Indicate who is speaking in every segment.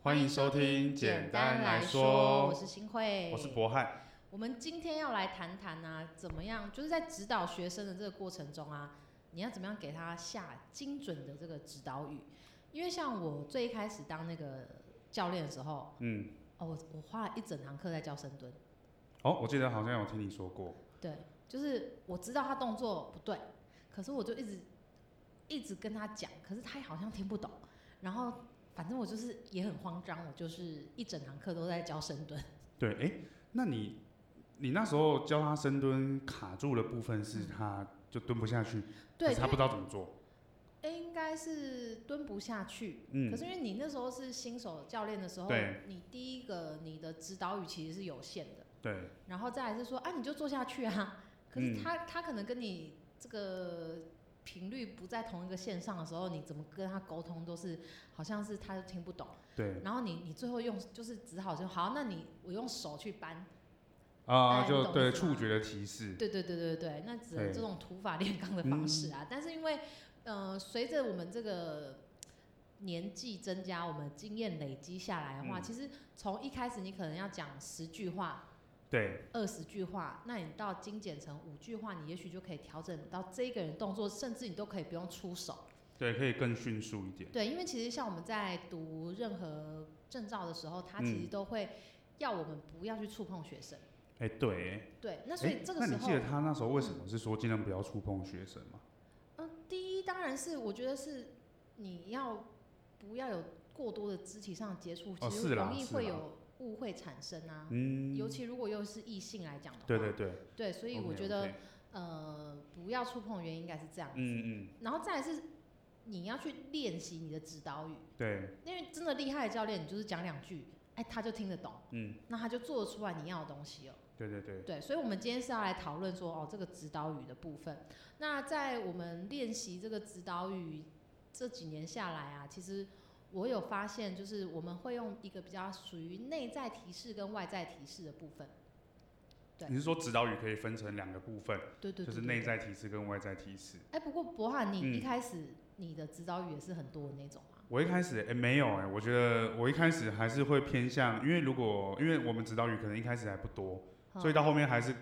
Speaker 1: 欢迎收听，简单来
Speaker 2: 我
Speaker 1: 说，
Speaker 2: 是新慧，
Speaker 1: 我是博翰。
Speaker 2: 我们今天要来谈谈啊，怎么样，就是在指导学生的这个过程中啊，你要怎么样给他下精准的这个指导语？因为像我最一开始当那个教练的时候，
Speaker 1: 嗯，
Speaker 2: 哦，我我花了一整堂课在教深蹲，
Speaker 1: 哦，我记得好像有听你说过，
Speaker 2: 对，就是我知道他动作不对，可是我就一直一直跟他讲，可是他好像听不懂，然后反正我就是也很慌张，我就是一整堂课都在教深蹲。
Speaker 1: 对，哎，那你你那时候教他深蹲卡住的部分是
Speaker 2: 嗯
Speaker 1: 他就蹲不下去，
Speaker 2: 对，
Speaker 1: 可是他
Speaker 2: 因为
Speaker 1: 不知道怎么做，
Speaker 2: 应该是蹲不下去，
Speaker 1: 嗯
Speaker 2: 可是因为你那时候是新手教练的时候
Speaker 1: 对，
Speaker 2: 你第一个你的指导语其实是有限的，
Speaker 1: 对，
Speaker 2: 然后再来是说啊你就坐下去啊，可是
Speaker 1: 嗯
Speaker 2: 他、他可能跟你这个频率不在同一个线上的时候，你怎么跟他沟通都是好像是他都听不懂，
Speaker 1: 对，
Speaker 2: 然后你你最后用就是只好就好，那你我用手去搬，
Speaker 1: 啊、
Speaker 2: 哎你
Speaker 1: 就
Speaker 2: 懂
Speaker 1: 对
Speaker 2: 意思
Speaker 1: 触
Speaker 2: 吗
Speaker 1: 觉的提示，
Speaker 2: 对对对对对，那只
Speaker 1: 对嗯
Speaker 2: 能这种土法炼钢的方式啊。但是因为呃，随着我们这个年纪增加，我们经验累积下来的话，
Speaker 1: 嗯
Speaker 2: 其实从一开始你可能要讲十句话、
Speaker 1: 对，
Speaker 2: 二十句话，那你到精简成五句话，你也许就可以调整到这个人动作，甚至你都可以不用出手。
Speaker 1: 对，可以更迅速一点，
Speaker 2: 对，因为其实像我们在读任何证照的时候，他
Speaker 1: 嗯
Speaker 2: 其实都会要我们不要去触碰学生。
Speaker 1: 哎，对，哎，
Speaker 2: 对，那所以
Speaker 1: 诶
Speaker 2: 这
Speaker 1: 那
Speaker 2: 个时
Speaker 1: 你
Speaker 2: 候
Speaker 1: 记，得他那时候为什么是说尽量不要触碰学生吗？
Speaker 2: 嗯，第一当然是我觉得是你要不要有过多的肢体上的接触，
Speaker 1: 哦
Speaker 2: 其实
Speaker 1: 是啦
Speaker 2: 容易
Speaker 1: 是
Speaker 2: 会
Speaker 1: 啦
Speaker 2: 有误会产生啊。
Speaker 1: 嗯，
Speaker 2: 尤其如果又是异性来讲的话，
Speaker 1: 对对对，
Speaker 2: 对所以我
Speaker 1: OK，
Speaker 2: 觉得
Speaker 1: OK
Speaker 2: 呃不要触碰的原因应该是这样子。
Speaker 1: 嗯嗯，
Speaker 2: 然后再来是你要去练习你的指导语，
Speaker 1: 对，
Speaker 2: 因为真的厉害的教练，你就是讲两句，哎，他就听得懂，
Speaker 1: 嗯，
Speaker 2: 那他就做得出来你要的东西哦。
Speaker 1: 对对对，
Speaker 2: 对，所以，我们今天是要来讨论说，哦，这个指导语的部分。那在我们练习这个指导语这几年下来啊，其实我有发现，就是我们会用一个比较属于内在提示跟外在提示的部分。对
Speaker 1: 你是说指导语可以分成两个部分，
Speaker 2: 对对对
Speaker 1: 就是内。在提示跟外在提示。
Speaker 2: 对对哎，不过博翰，你
Speaker 1: 嗯
Speaker 2: 一开始你的指导语也是很多的那种吗？
Speaker 1: 我一开始哎、诶没有哎、我觉得我一开始还是会偏向，因为如果因为我们指导语可能一开始还不多，所以
Speaker 2: 到
Speaker 1: 到后面还是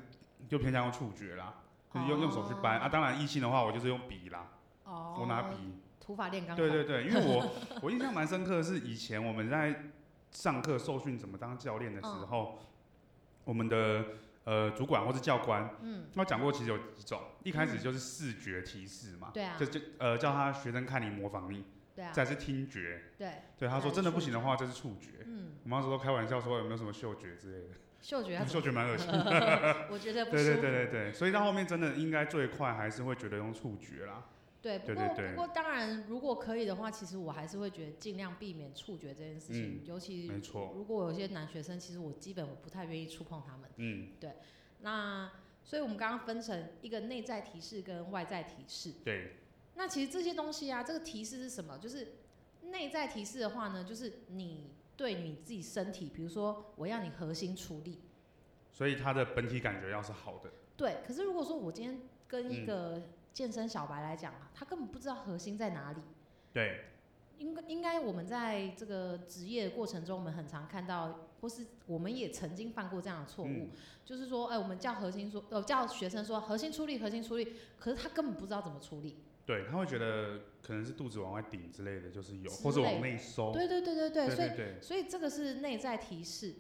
Speaker 1: 就偏向用触觉啦，就是用用手去掰啊。当然异性的话，我就是用笔啦，
Speaker 2: 哦，
Speaker 1: 我拿笔。
Speaker 2: 土法炼钢。
Speaker 1: 对对，对，因为我我印象蛮深刻的是以前我们在上课受训怎么当教练的时
Speaker 2: 嗯
Speaker 1: 候，我们的呃主管或是教官，
Speaker 2: 嗯，
Speaker 1: 他讲过其实有几种，一开始就是视觉提示嘛，
Speaker 2: 对啊
Speaker 1: 就就呃叫他学生看你模仿你，
Speaker 2: 对啊，
Speaker 1: 再是听觉，
Speaker 2: 对，
Speaker 1: 对他说
Speaker 2: 再是
Speaker 1: 真的不
Speaker 2: 触
Speaker 1: 行的
Speaker 2: 觉
Speaker 1: 话就是触觉。
Speaker 2: 嗯，
Speaker 1: 我们那时候开玩笑说有没有什么嗅觉之类的，
Speaker 2: 嗅觉要怎
Speaker 1: 嗅
Speaker 2: 么，
Speaker 1: 觉蛮恶心的。
Speaker 2: 我觉得不
Speaker 1: 对
Speaker 2: 舒
Speaker 1: 对
Speaker 2: 服
Speaker 1: 对对对，所以到后面真的应该最快还是会觉得用触觉啦。
Speaker 2: 对，不
Speaker 1: 对
Speaker 2: 过
Speaker 1: 对对
Speaker 2: 不过当然，如果可以的话，其实我还是会觉得尽量避免触觉这件事情，尤其
Speaker 1: 嗯没错，
Speaker 2: 如果有些男学生，其实我基本我不太愿意触碰他们。
Speaker 1: 嗯，
Speaker 2: 那所以我们刚刚分成一个内在提示跟外在提示。
Speaker 1: 对，
Speaker 2: 那其实这些东西啊，这个提示是什么？就是内在提示的话呢，就是你对你自己身体，比如说我要你核心出力，
Speaker 1: 所以他的本体感觉要是好的，
Speaker 2: 对。可是如果说我今天跟
Speaker 1: 嗯
Speaker 2: 一个健身小白来讲啊，他根本不知道核心在哪里。
Speaker 1: 对，
Speaker 2: 应该应该我们在这个职业的过程中，我们很常看到，或是我们也曾经犯过这样的错误，
Speaker 1: 嗯
Speaker 2: 就是说，哎、我们叫核心说，呃，叫学生说核心出力，核心出力，可是他根本不知道怎么出力。
Speaker 1: 对，他会觉得可能是肚子往外顶之类的，就是有，
Speaker 2: 之
Speaker 1: 或者往
Speaker 2: 类
Speaker 1: 内收，
Speaker 2: 对对对对对，
Speaker 1: 哦对
Speaker 2: 所
Speaker 1: 对
Speaker 2: 以
Speaker 1: 对，
Speaker 2: 所以这个是内在提示，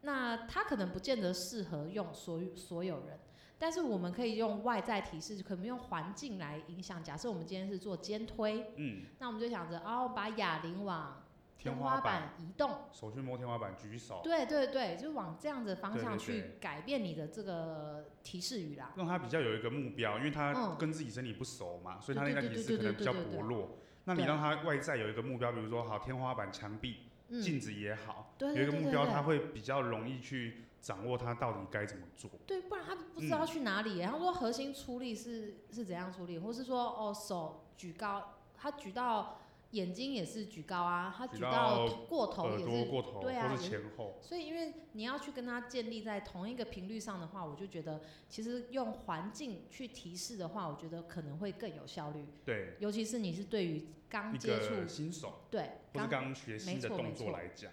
Speaker 2: 那他可能不见得适合用所有所有人。但是我们可以用外在提示，可能用环境来影响。假设我们今天是做肩推，
Speaker 1: 嗯，
Speaker 2: 那我们就想着哦，把哑铃往
Speaker 1: 天
Speaker 2: 天
Speaker 1: 花
Speaker 2: 花
Speaker 1: 板
Speaker 2: 板移动，
Speaker 1: 手去摸天花板，举手，
Speaker 2: 对对对，就往这样子的方
Speaker 1: 对
Speaker 2: 向
Speaker 1: 对对
Speaker 2: 去改变你的这个提示语啦。
Speaker 1: 让他比较有一个目标，因为他
Speaker 2: 嗯
Speaker 1: 跟自己身体不熟嘛，所以他
Speaker 2: 对
Speaker 1: 那
Speaker 2: 对
Speaker 1: 个
Speaker 2: 对
Speaker 1: 体式
Speaker 2: 对
Speaker 1: 可
Speaker 2: 对
Speaker 1: 能
Speaker 2: 对
Speaker 1: 比较
Speaker 2: 对对
Speaker 1: 薄
Speaker 2: 对
Speaker 1: 弱。那你
Speaker 2: 对
Speaker 1: 让他外在有一个目标，比如说好天花板、墙壁、
Speaker 2: 嗯，
Speaker 1: 镜子也好，
Speaker 2: 对
Speaker 1: 有一
Speaker 2: 对
Speaker 1: 个
Speaker 2: 对
Speaker 1: 目
Speaker 2: 对
Speaker 1: 标，
Speaker 2: 对，
Speaker 1: 他会比较容易去掌握他到底该怎么做。
Speaker 2: 对，不然他不知道
Speaker 1: 嗯
Speaker 2: 去哪里耶、他说核心出力是是怎样出力，或是说哦手举高，他举到眼睛也是举高啊，他
Speaker 1: 举
Speaker 2: 举到
Speaker 1: 到
Speaker 2: 过头
Speaker 1: 耳
Speaker 2: 也
Speaker 1: 朵
Speaker 2: 是。
Speaker 1: 过头，
Speaker 2: 对啊
Speaker 1: 或
Speaker 2: 也
Speaker 1: 是
Speaker 2: 是
Speaker 1: 前后，
Speaker 2: 所以，因为你要去跟他建立在同一个频率上的话，我就觉得其实用环境去提示的话，我觉得可能会更有效率。
Speaker 1: 对
Speaker 2: 尤其是你是对于刚
Speaker 1: 一
Speaker 2: 接触，
Speaker 1: 个新手
Speaker 2: 对
Speaker 1: 或是
Speaker 2: 刚，
Speaker 1: 刚学新的
Speaker 2: 没错
Speaker 1: 动
Speaker 2: 没
Speaker 1: 作
Speaker 2: 错
Speaker 1: 来讲，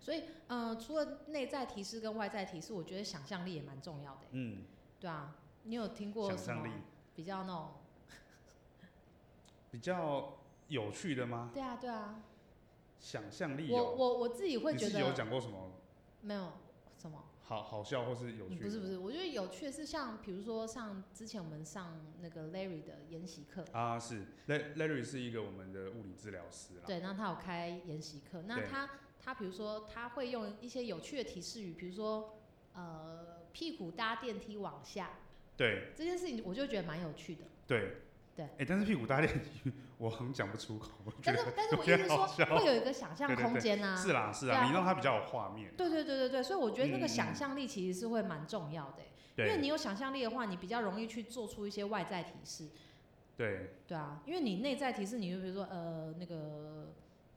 Speaker 2: 所以嗯、呃除了内在提示跟外在提示，我觉得想象力也蛮重要的欸。
Speaker 1: 嗯，
Speaker 2: 对啊，你有听过
Speaker 1: 想
Speaker 2: 什
Speaker 1: 象力
Speaker 2: 么比较那种？
Speaker 1: 比较有趣的吗？
Speaker 2: 对啊，对啊，
Speaker 1: 想象力
Speaker 2: 我
Speaker 1: 有，
Speaker 2: 我我自己会
Speaker 1: 你
Speaker 2: 觉
Speaker 1: 自己有
Speaker 2: 得
Speaker 1: 讲过什么
Speaker 2: 没有什么。
Speaker 1: 好好笑或是有
Speaker 2: 嗯
Speaker 1: 趣？
Speaker 2: 不是不是，我觉得有趣的是像比如说像之前我们上那个 Larry 的研习课，
Speaker 1: 啊，是 Larry Larry 是一个我们的物理治疗师啦，
Speaker 2: 对，那他有开研习课，那
Speaker 1: 啊对
Speaker 2: 他他比如说他会用一些有趣的提示语，比如说呃屁股搭电梯往下
Speaker 1: 对
Speaker 2: 这件事情，我就觉得蛮有趣的。
Speaker 1: 对
Speaker 2: 对
Speaker 1: 哎，但是屁股大练我很讲不出口，我觉
Speaker 2: 但
Speaker 1: 得
Speaker 2: 是但是我意
Speaker 1: 有
Speaker 2: 思
Speaker 1: 点
Speaker 2: 是
Speaker 1: 好
Speaker 2: 说
Speaker 1: 笑
Speaker 2: 会有一个想象
Speaker 1: 对对
Speaker 2: 空
Speaker 1: 对
Speaker 2: 间呐、
Speaker 1: 是啦是
Speaker 2: 对
Speaker 1: 啦，
Speaker 2: 啊
Speaker 1: 你让他比较有画面，
Speaker 2: 对对对对对，所以我觉得那个
Speaker 1: 嗯
Speaker 2: 想象力其实是会蛮重要的欸、因为
Speaker 1: 对
Speaker 2: 你有想象力的话，你比较容易去做出一些外在提示。
Speaker 1: 对，
Speaker 2: 对啊，因为你内在提示，你就比如说呃那个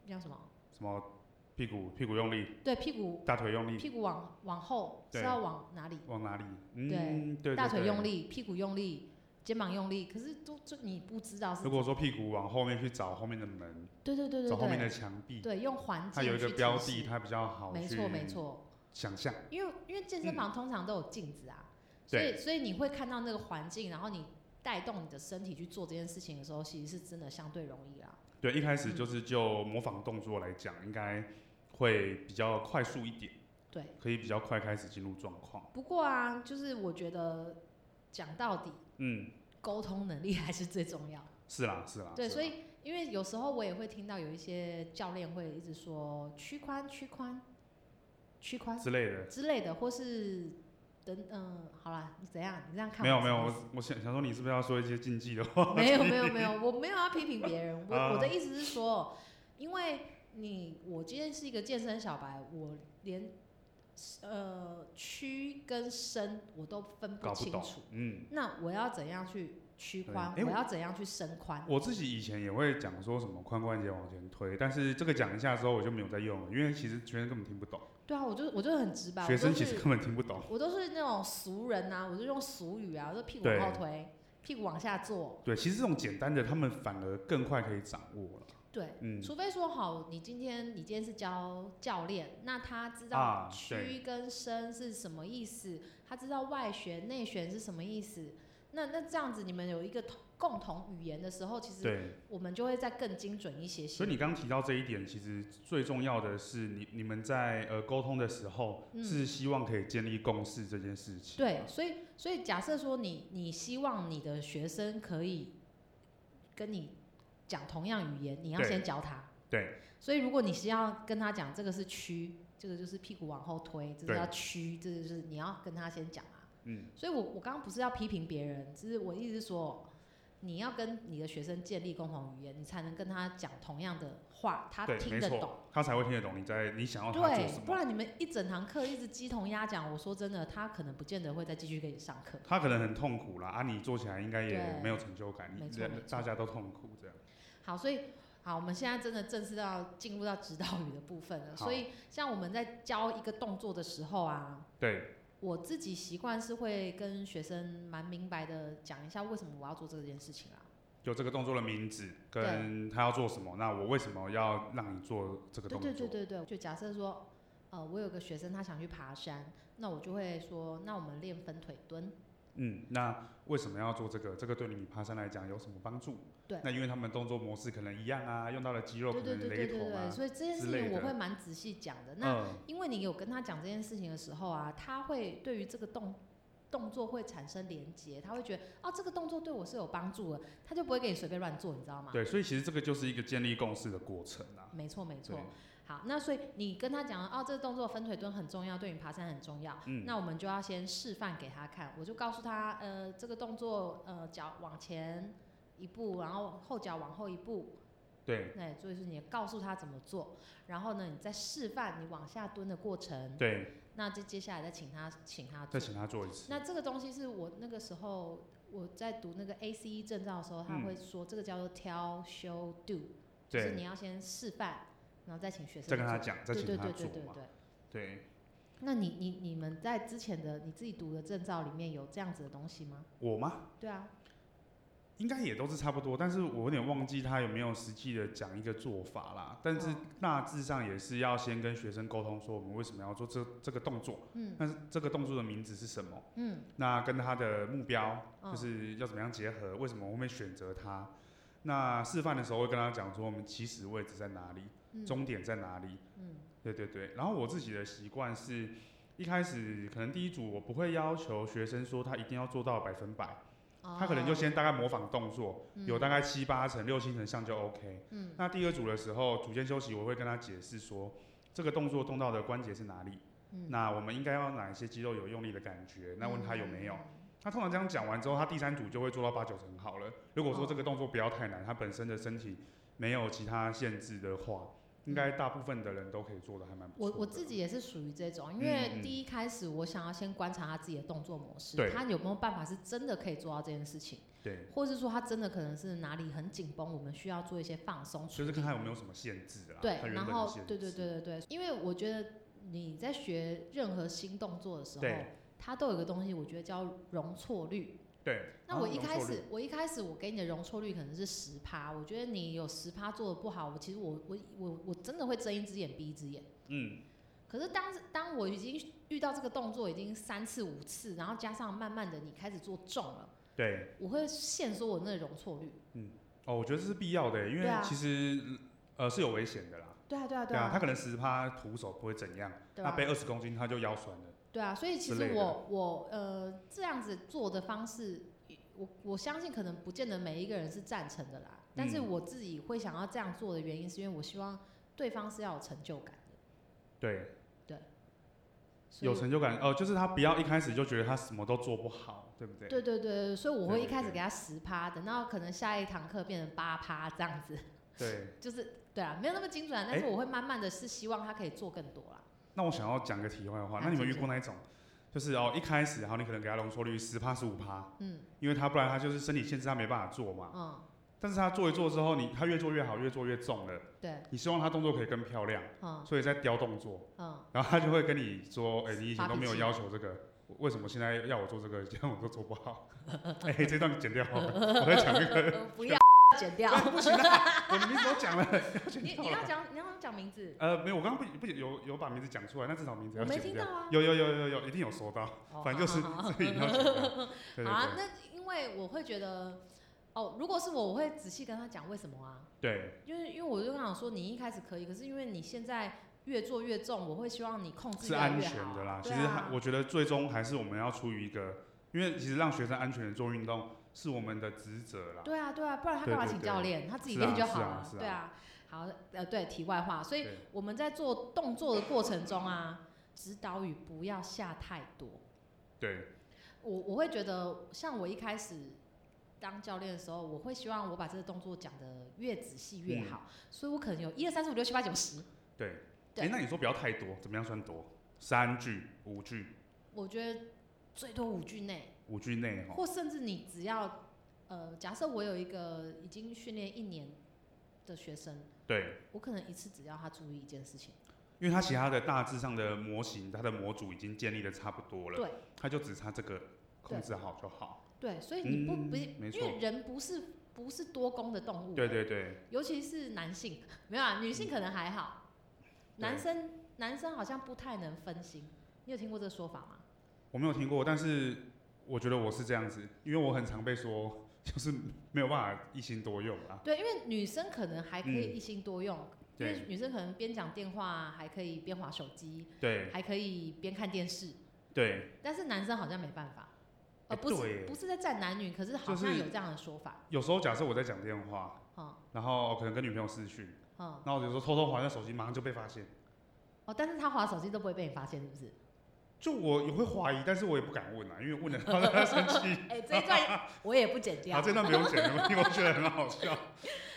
Speaker 2: 叫什么？
Speaker 1: 什么屁股屁股用力，
Speaker 2: 对，屁股
Speaker 1: 大腿用力，
Speaker 2: 屁股往往后是
Speaker 1: 嗯对
Speaker 2: 要往哪里？
Speaker 1: 往哪里？嗯，对，对
Speaker 2: 大腿用。
Speaker 1: 对
Speaker 2: 力，屁股用力，肩膀用力。可是都就你不知道是
Speaker 1: 如果说屁股往后面去找后面的门，
Speaker 2: 对对对对
Speaker 1: 找后面的
Speaker 2: 对，
Speaker 1: 墙壁，
Speaker 2: 对用环
Speaker 1: 它
Speaker 2: 境
Speaker 1: 有一个
Speaker 2: 去提
Speaker 1: 标
Speaker 2: 示
Speaker 1: 的，它比较好
Speaker 2: 没
Speaker 1: 去
Speaker 2: 错没错，
Speaker 1: 想象。
Speaker 2: 因为因为健身房通常都有镜子啊，所
Speaker 1: 嗯对
Speaker 2: 以所以你会看到那个环境，然后你带动你的身体去做这件事情的时候，其实是真的相对容易啦。
Speaker 1: 对，一开始就是就模仿动作来讲，应该会比较快速一点，
Speaker 2: 对，
Speaker 1: 可以比较快开始进入状况。
Speaker 2: 不过啊，就是我觉得讲到底，
Speaker 1: 嗯，
Speaker 2: 沟通能力 还是最重要。
Speaker 1: 是啦，是啦。
Speaker 2: 对，
Speaker 1: 啊是啦
Speaker 2: 所以因为有时候我也会听到有一些教练会一直说屈髋、屈髋、屈髋
Speaker 1: 之类的，
Speaker 2: 之类的，或是等嗯、好啦，你怎样？你这样看
Speaker 1: 没有没有，
Speaker 2: 我
Speaker 1: 我我想想说，你是不是要说一些禁忌的 话？
Speaker 2: 没有没有没有，我没有要批评别人，我
Speaker 1: 哦啊
Speaker 2: 我的意思是说，因为你我今天是一个健身小白，我连呃屈跟伸我都分不
Speaker 1: 搞不
Speaker 2: 清
Speaker 1: 懂
Speaker 2: 楚，
Speaker 1: 嗯，
Speaker 2: 那我要怎样去屈髋？
Speaker 1: 对诶
Speaker 2: 我要怎样去伸髋？
Speaker 1: 我自己以前也会讲说什么髋关节往前推，但是这个讲一下之后我就没有再用了，因为其实学生根本听不懂，
Speaker 2: 对啊，我就我就很直白，我
Speaker 1: 学
Speaker 2: 都
Speaker 1: 生其实
Speaker 2: 是
Speaker 1: 根本听不懂。
Speaker 2: 我都是那种俗人呐、啊，我就用俗语啊，我就屁股
Speaker 1: 对
Speaker 2: 往后推，屁股往下坐，
Speaker 1: 对，其实这种简单的，他们反而更快可以掌握了。
Speaker 2: 对。
Speaker 1: 嗯，
Speaker 2: 除非说好，你今天你今天是教教练，那他知道
Speaker 1: 啊
Speaker 2: 屈跟伸是什么意思，他知道外旋内旋是什么意思。那那这样子，你们有一个同共同语言的时候，其实
Speaker 1: 对。
Speaker 2: 我们就会再更精准一些些。
Speaker 1: 所以你刚提到这一点，其实最重要的是你你们在呃沟通的时候、
Speaker 2: 嗯
Speaker 1: 是希望可以建立共识这件事情。
Speaker 2: 对，，所以所以假设说你你希望你的学生可以跟你讲同样语言，你要
Speaker 1: 对
Speaker 2: 先教他。
Speaker 1: 对。
Speaker 2: 所以如果你是要跟他讲这个是屈，这个就是屁股往后推，这个
Speaker 1: 对
Speaker 2: 叫屈，这个就是你要跟他先讲啊。
Speaker 1: 嗯，
Speaker 2: 所以我我刚刚不是要批评别人，只是我一直说。你要跟你的学生建立共同语言，你才能跟他讲同样的话，他
Speaker 1: 对，
Speaker 2: 听
Speaker 1: 没
Speaker 2: 得懂。
Speaker 1: 错，他才会听得懂你在你想要他做
Speaker 2: 对
Speaker 1: 什，
Speaker 2: 不
Speaker 1: 么。
Speaker 2: 然你们一整堂课一直鸡同鸭讲，我说真的，他可能不见得会再继续给你上课。
Speaker 1: 他可能很痛苦啦，啊，你做起来应该也
Speaker 2: 对
Speaker 1: 没有成就感，
Speaker 2: 没
Speaker 1: 你
Speaker 2: 错
Speaker 1: 人
Speaker 2: 没错
Speaker 1: 大家都痛苦这样。
Speaker 2: 好，所以好，我们现在真的正式要进入到指导语的部分了。
Speaker 1: 好
Speaker 2: 所以像我们在教一个动作的时候啊，
Speaker 1: 对，
Speaker 2: 我自己习惯是会跟学生蛮明白的讲一下为什么我要做这件事情啊。
Speaker 1: 有这个动作的名字跟他要做什么，那我为什么要让你做这个
Speaker 2: 对
Speaker 1: 动
Speaker 2: 对
Speaker 1: 作？
Speaker 2: 对对对，就假设说，呃，我有个学生他想去爬山，那我就会说，那我们练分腿蹲。
Speaker 1: 嗯，那为什么要做这个？这个对你爬山来讲有什么帮助？
Speaker 2: 对
Speaker 1: 那因为他们动作模式可能一样啊，用到的肌肉可
Speaker 2: 对对
Speaker 1: 能
Speaker 2: 对对
Speaker 1: 雷
Speaker 2: 对
Speaker 1: 同啊
Speaker 2: 对，。所以这件事
Speaker 1: 之类
Speaker 2: 情我
Speaker 1: 的
Speaker 2: 会蛮仔细讲的。那
Speaker 1: 嗯，
Speaker 2: 因为你有跟他讲这件事情的时候啊，他会对于这个动动作会产生连接，他会觉得哦，这个动作对我是有帮助的，他就不会给你随便乱做，你知道吗？
Speaker 1: 对，所以其实这个就是一个建立共识的过程啊。
Speaker 2: 没错啊没错
Speaker 1: 对。
Speaker 2: 好，那所以你跟他讲哦，这个动作分腿蹲很重要，对你爬山很重要。
Speaker 1: 嗯
Speaker 2: 那我们就要先示范给他看，我就告诉他，呃，这个动作，呃，脚往前一步，然后后脚往后一步，哎
Speaker 1: 对
Speaker 2: 对，就是你告诉他怎么做，然后呢，你再示范你往下蹲的过程，
Speaker 1: 对，
Speaker 2: 那就接下来再请他请他
Speaker 1: 再
Speaker 2: 做。
Speaker 1: 请他做一次。
Speaker 2: 那这个东西是我那个时候我在读那个 ACE E 证照的时候，他
Speaker 1: 嗯
Speaker 2: 会说这个叫做 tell show do，就是
Speaker 1: 对
Speaker 2: 你要先示范，然后再请学生
Speaker 1: 再跟他
Speaker 2: 做
Speaker 1: 讲，再
Speaker 2: 对
Speaker 1: 请
Speaker 2: 对
Speaker 1: 他
Speaker 2: 对对
Speaker 1: 做
Speaker 2: 对
Speaker 1: 嘛。
Speaker 2: 对。
Speaker 1: 对，
Speaker 2: 那你你你们在之前的你自己读的证照里面有这样子的东西吗？
Speaker 1: 我吗？
Speaker 2: 对啊，
Speaker 1: 应该也都是差不多，但是我有点忘记他有没有实际的讲一个做法啦。但是
Speaker 2: 嗯
Speaker 1: 大致上也是要先跟学生沟通，说我们为什么要做这这个动作，
Speaker 2: 嗯
Speaker 1: 但是这个动作的名字是什么，
Speaker 2: 嗯
Speaker 1: 那跟他的目标
Speaker 2: 嗯，
Speaker 1: 就是要怎么样结合，为什么我会选择它。那示范的时候会跟他讲说我们起始位置在哪里，
Speaker 2: 嗯
Speaker 1: 终点在哪里，
Speaker 2: 嗯
Speaker 1: 对对对，然后我自己的习惯是，一开始可能第一组我不会要求学生说他一定要做到百分百，
Speaker 2: 哦
Speaker 1: 他可能就先大概模仿动作，有大概七八成、六七成像就 OK。
Speaker 2: 嗯
Speaker 1: 那第二组的时候，组间休息我会跟他解释说，这个动作动到的关节是哪里，
Speaker 2: 嗯
Speaker 1: 那我们应该要哪一些肌肉有用力的感觉，那问他有
Speaker 2: 嗯
Speaker 1: 没有。他通常这样讲完之后，他第三组就会做到八九成好了。如果说
Speaker 2: 哦
Speaker 1: 这个动作不要太难，他本身的身体没有其他限制的话，应该大部分的人都可以做的还蛮不错
Speaker 2: 嗯我
Speaker 1: 的。
Speaker 2: 我自己也是属于这种，
Speaker 1: 嗯
Speaker 2: 因为
Speaker 1: 嗯
Speaker 2: 第一开始我想要先观察他自己的动作模式
Speaker 1: 对，
Speaker 2: 他有没有办法是真的可以做到这件事情，
Speaker 1: 对，
Speaker 2: 或是说他真的可能是哪里很紧绷，我们需要做一些放松处
Speaker 1: 就
Speaker 2: 理。
Speaker 1: 是看他有没有什么限制啦，
Speaker 2: 对
Speaker 1: 他，原
Speaker 2: 然
Speaker 1: 本的
Speaker 2: 后
Speaker 1: 限制。
Speaker 2: 对对对对对，因为我觉得你在学任何新动作的时候
Speaker 1: 对，
Speaker 2: 它都有一个东西，我觉得叫容错率。
Speaker 1: 对。
Speaker 2: 那我
Speaker 1: 然后
Speaker 2: 一
Speaker 1: 啊
Speaker 2: 开
Speaker 1: 容错率
Speaker 2: 始，我一开始我给你的容错率可能是十趴，我觉得你有十趴做的不好，我其实我我我我真的会睁一只眼闭一只眼。
Speaker 1: 嗯，
Speaker 2: 可是当当我已经遇到这个动作已经三次五次，然后加上慢慢的你开始做重了，
Speaker 1: 对。
Speaker 2: 我会限缩我那个容错率。
Speaker 1: 哦，我觉得这是必要的，因
Speaker 2: 对
Speaker 1: 为
Speaker 2: 啊
Speaker 1: 其实、呃是有危险的啦。
Speaker 2: 对啊对啊
Speaker 1: 对啊，他可能十趴徒手不会怎样，
Speaker 2: 对
Speaker 1: 他
Speaker 2: 啊
Speaker 1: 背二十公斤他就腰酸了。
Speaker 2: 对啊，所以其
Speaker 1: 之类
Speaker 2: 实
Speaker 1: 的
Speaker 2: 我我呃这样子做的方式，我我相信可能不见得每一个人是赞成的啦。但是
Speaker 1: 嗯
Speaker 2: 我自己会想要这样做的原因，是因为我希望对方是要有成就感的。
Speaker 1: 对，
Speaker 2: 所以
Speaker 1: 有成就感。哦、就是他不要一开始就觉得他什么都做不好，对不对？
Speaker 2: 对对对，所以我会
Speaker 1: 对
Speaker 2: 一开
Speaker 1: 对
Speaker 2: 始给他十趴，等到可能下一堂课变成八趴这样子，
Speaker 1: 对
Speaker 2: 就是对啊，没有那么精准啊，但是
Speaker 1: 哎
Speaker 2: 我会慢慢的是希望他可以做更多啦。
Speaker 1: 那我想要讲个题外话，
Speaker 2: 啊
Speaker 1: 那你们遇
Speaker 2: 请
Speaker 1: 过那一种，就是哦一开始，然后你可能给他容错率十趴十五趴，
Speaker 2: 嗯
Speaker 1: 因为他不然他就是身体限制他没办法做嘛。
Speaker 2: 嗯，
Speaker 1: 但是他做一做之后，你他越做越好，越做越重了。
Speaker 2: 对，
Speaker 1: 你希望他动作可以更漂亮，
Speaker 2: 嗯
Speaker 1: 所以在雕动作。
Speaker 2: 嗯，
Speaker 1: 然后他就会跟你说：“哎、你以前
Speaker 2: 发
Speaker 1: 都
Speaker 2: 脾
Speaker 1: 没有
Speaker 2: 气
Speaker 1: 要求这个，为什么现在要我做这个？这样我都做不好。哎、这段剪掉，我在讲这个，
Speaker 2: 不要 剪掉，
Speaker 1: 不行啦，我的名字都讲了，要剪
Speaker 2: 你
Speaker 1: 掉
Speaker 2: 你要
Speaker 1: 了。
Speaker 2: 讲你要讲名字，
Speaker 1: 呃，没有，我刚刚不不有有把名字讲出来，那至少名字
Speaker 2: 我
Speaker 1: 要
Speaker 2: 没
Speaker 1: 剪
Speaker 2: 听
Speaker 1: 掉
Speaker 2: 到。啊。
Speaker 1: 有有有有有，一定有说到，
Speaker 2: 哦
Speaker 1: 反正就是
Speaker 2: 好好好
Speaker 1: 这
Speaker 2: 好
Speaker 1: 一定要剪掉。对对
Speaker 2: 好啊，
Speaker 1: 对
Speaker 2: 那因为我会觉得，哦，如果是我，我会仔细跟他讲为什么啊，
Speaker 1: 对
Speaker 2: 因为因为我就跟他讲说，你一开始可以，可是因为你现在越做越重，我会希望你控制
Speaker 1: 是
Speaker 2: 越来
Speaker 1: 安
Speaker 2: 越
Speaker 1: 全
Speaker 2: 好啊
Speaker 1: 的啦。其
Speaker 2: 对
Speaker 1: 实
Speaker 2: 啊
Speaker 1: 还我觉得最终还是我们要出于一个，因为其实让学生安全的做运动是我们的职责啦。
Speaker 2: 对啊，对啊，不然他干嘛
Speaker 1: 对对
Speaker 2: 请
Speaker 1: 对
Speaker 2: 教练？他自己
Speaker 1: 是
Speaker 2: 练
Speaker 1: 啊
Speaker 2: 就是好
Speaker 1: 啊
Speaker 2: 了
Speaker 1: 是。
Speaker 2: 对啊，好，呃，对，题外话，所以
Speaker 1: 对
Speaker 2: 我们在做动作的过程中啊，指导语不要下太多。
Speaker 1: 对，
Speaker 2: 我我会觉得，像我一开始当教练的时候，我会希望我把这个动作讲的越仔细越
Speaker 1: 嗯
Speaker 2: 好，所以我可能有一二三四五六七八九十，
Speaker 1: 对，哎、
Speaker 2: 对
Speaker 1: 那你说不要太多，怎么样算多？三句、五句、
Speaker 2: 我觉得最多五句内，
Speaker 1: 五句内哈。
Speaker 2: 或甚至你只要，呃，假设我有一个已经训练一年的学生，
Speaker 1: 对，
Speaker 2: 我可能一次只要他注意一件事情，
Speaker 1: 因为它其他的大致上的模型，它的模组已经建立的差不多了，
Speaker 2: 对，
Speaker 1: 它就只差这个控制好就好。
Speaker 2: 对，所以你不、
Speaker 1: 嗯
Speaker 2: 不，
Speaker 1: 没
Speaker 2: 因
Speaker 1: 错
Speaker 2: 为人不是不是多功的动物，
Speaker 1: 对，对对，
Speaker 2: 尤其是男性， 没有啊，女性可能还好，
Speaker 1: 嗯对
Speaker 2: 男生男生好像不太能分心，你有听过这个说法吗？
Speaker 1: 我没有听过，但是我觉得我是这样子，因为我很常被说就是没有办法一心多用啊。
Speaker 2: 对，因为女生可能还可以
Speaker 1: 嗯
Speaker 2: 一心多用，因为
Speaker 1: 对
Speaker 2: 女生可能边讲电话还可以边划手机，
Speaker 1: 对
Speaker 2: 还可以边看电视，
Speaker 1: 对，
Speaker 2: 但是男生好像没办法。呃，
Speaker 1: 哎
Speaker 2: 不是、
Speaker 1: 对耶
Speaker 2: 不是在站男女，可是好像
Speaker 1: 就是
Speaker 2: 有这样的说法，
Speaker 1: 有时候假设我在讲电话，
Speaker 2: 嗯
Speaker 1: 然后可能跟女朋友视讯，
Speaker 2: 嗯
Speaker 1: 然后有时候偷偷划下手机，马上就被发现。
Speaker 2: 哦，但是他划手机都不会被你发现，是不是？
Speaker 1: 就我也会怀疑，但是我也不敢问啊，因为问了他他生气。
Speaker 2: 哎、这一段我也 不剪掉
Speaker 1: 啊，。这段不用剪了，因为我觉得很好笑。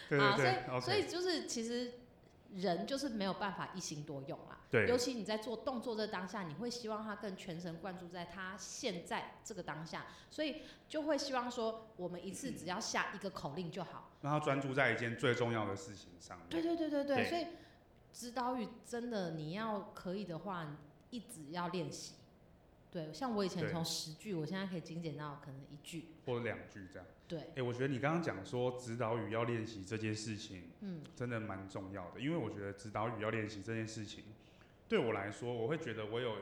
Speaker 1: 对
Speaker 2: 啊，
Speaker 1: 对对，
Speaker 2: 所以
Speaker 1: OK，
Speaker 2: 所以就是其实人就是没有办法一心多用啦。尤
Speaker 1: 对，
Speaker 2: 其你在做动作这当下，你会希望他更全神贯注在他现在这个当下，所以就会希望说，我们一次只要下一个口令就好。
Speaker 1: 让他专注在一件最重要的事情上面。
Speaker 2: 对对对对对，
Speaker 1: 对
Speaker 2: 所以指导语真的你要可以的话，你一直要练习。对，像我以前
Speaker 1: 对
Speaker 2: 从十句，我现在可以精简到可能一句。
Speaker 1: 或者两句这样。
Speaker 2: 对，
Speaker 1: 哎、我觉得你刚刚讲说指导语要练习这件事情，
Speaker 2: 嗯，
Speaker 1: 真的蛮重要的，因为我觉得指导语要练习这件事情，对我来说，我会觉得我有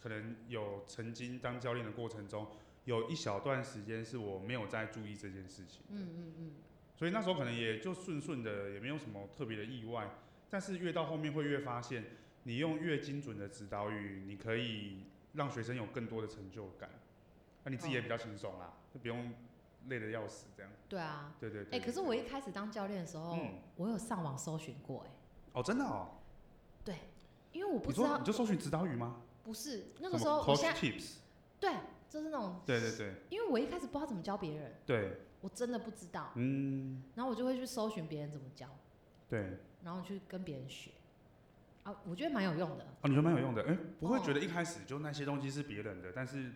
Speaker 1: 可能有曾经当教练的过程中，有一小段时间是我没有在注意这件事情，
Speaker 2: 嗯嗯嗯，
Speaker 1: 所以那时候可能也就顺顺的，也没有什么特别的意外。但是越到后面会越发现，你用越精准的指导语，你可以让学生有更多的成就感，那、你自己
Speaker 2: 哦
Speaker 1: 也比较轻松啦，就不用累得要死这样。
Speaker 2: 对啊。
Speaker 1: 对对
Speaker 2: 哎、
Speaker 1: 对。
Speaker 2: 可是我一开始当教练的时候，
Speaker 1: 嗯
Speaker 2: 我有上网搜寻过、哎，
Speaker 1: 哦，真的哦，
Speaker 2: 因为我不
Speaker 1: 你
Speaker 2: 知
Speaker 1: 说
Speaker 2: 道
Speaker 1: 你，就搜寻指导语吗？
Speaker 2: 不是那个
Speaker 1: 什
Speaker 2: 时
Speaker 1: 么
Speaker 2: 候，我
Speaker 1: coach
Speaker 2: 现在
Speaker 1: tips，
Speaker 2: 对，就是那种，
Speaker 1: 对对对
Speaker 2: 因为我一开始不知道怎么教别人，
Speaker 1: 对，
Speaker 2: 我真的不知道，
Speaker 1: 嗯，
Speaker 2: 然后我就会去搜寻别人怎么教，
Speaker 1: 对，
Speaker 2: 然后去跟别人学，啊，我觉得蛮有用的。
Speaker 1: 哦，你觉得蛮有用的，哎、不会
Speaker 2: 哦
Speaker 1: 觉得一开始就那些东西是别人的，但是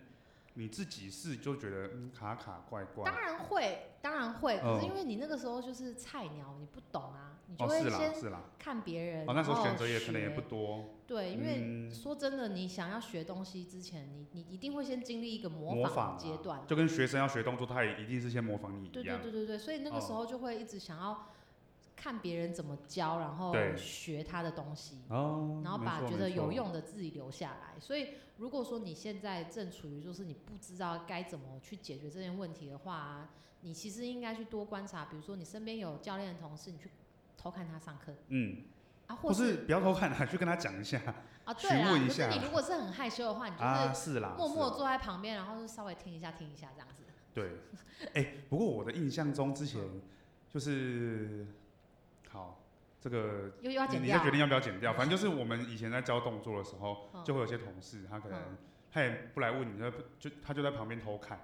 Speaker 1: 你自己试就觉得嗯卡卡怪怪，
Speaker 2: 当然会，当然会，可
Speaker 1: 哦
Speaker 2: 是因为你那个时候就是菜鸟，你不懂啊，你就
Speaker 1: 哦
Speaker 2: 会
Speaker 1: 是啦
Speaker 2: 先
Speaker 1: 是啦，
Speaker 2: 看别人，
Speaker 1: 哦那时候
Speaker 2: 然后
Speaker 1: 选择也可能也
Speaker 2: 学
Speaker 1: 不多，
Speaker 2: 对，因为
Speaker 1: 嗯
Speaker 2: 说真的，你想要学东西之前，你你一定会先经历一个
Speaker 1: 模
Speaker 2: 模
Speaker 1: 仿
Speaker 2: 仿
Speaker 1: 啊
Speaker 2: 的阶段，
Speaker 1: 就跟学生要学动作，他也一定是先模仿你一
Speaker 2: 对对
Speaker 1: 样，哦
Speaker 2: 对对对，所以那个时候就会一直想要看别人怎么教，然后
Speaker 1: 对
Speaker 2: 学他的东西，
Speaker 1: 哦，
Speaker 2: 然后
Speaker 1: 没
Speaker 2: 把
Speaker 1: 错
Speaker 2: 觉得
Speaker 1: 没错
Speaker 2: 有用的自己留下来。所以如果说你现在正处于就是你不知道该怎么去解决这件问题的话啊、你其实应该去多观察，比如说你身边有教练的同事，你去偷看他上课
Speaker 1: 嗯，
Speaker 2: 啊，或
Speaker 1: 不是不要偷看啊，去 跟他讲 一下
Speaker 2: 啊，对啦，
Speaker 1: 询问一
Speaker 2: 可是
Speaker 1: 下
Speaker 2: 你如果是很害羞的话，你
Speaker 1: 啊，
Speaker 2: 就是
Speaker 1: 啦，
Speaker 2: 默
Speaker 1: 是
Speaker 2: 默
Speaker 1: 啦
Speaker 2: 坐在旁边，然后就稍微听一下听一下这样子。
Speaker 1: 对，哎、不过我的印象中之前就是好这个
Speaker 2: 又又要
Speaker 1: 你
Speaker 2: 剪
Speaker 1: 你
Speaker 2: 掉
Speaker 1: 再
Speaker 2: 啊，
Speaker 1: 决定要不要剪掉，反正就是我们以前在教动作的时候，
Speaker 2: 嗯
Speaker 1: 就会有些同事他可能
Speaker 2: 嗯
Speaker 1: 他也不来问你，他就他就在旁边偷看，